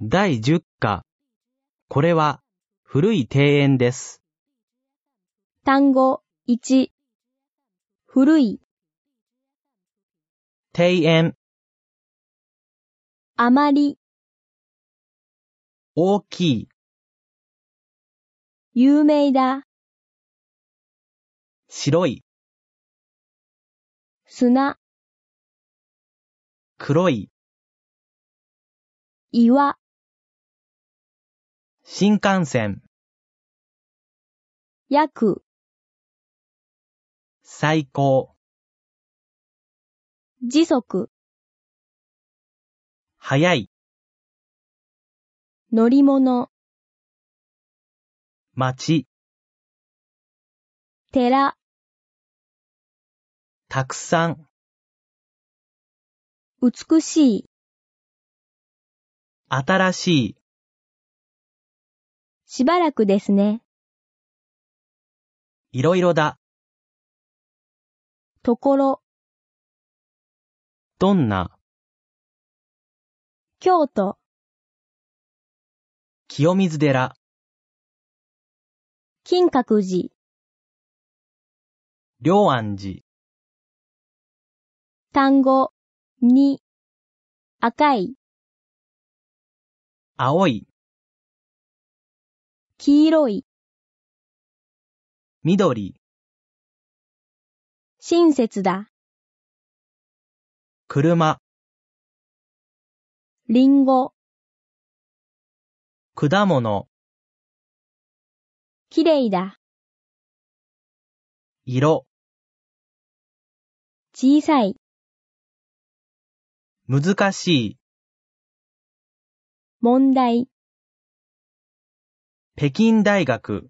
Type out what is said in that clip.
第10課。これは、古い庭園です。単語1古い、庭園、あまり、大きい、有名だ、白い、砂、黒い、岩、新幹線、約、最高、時速、早い、乗り物、町、寺、たくさん、美しい、新しい、しばらくですね。いろいろだ、ところ、どんな、京都、清水寺、金閣寺、両安寺、単語2赤い、青い、黄色い、緑、親切だ、車、リンゴ、果物、綺麗だ、色、小さい、難しい、問題。北京大学。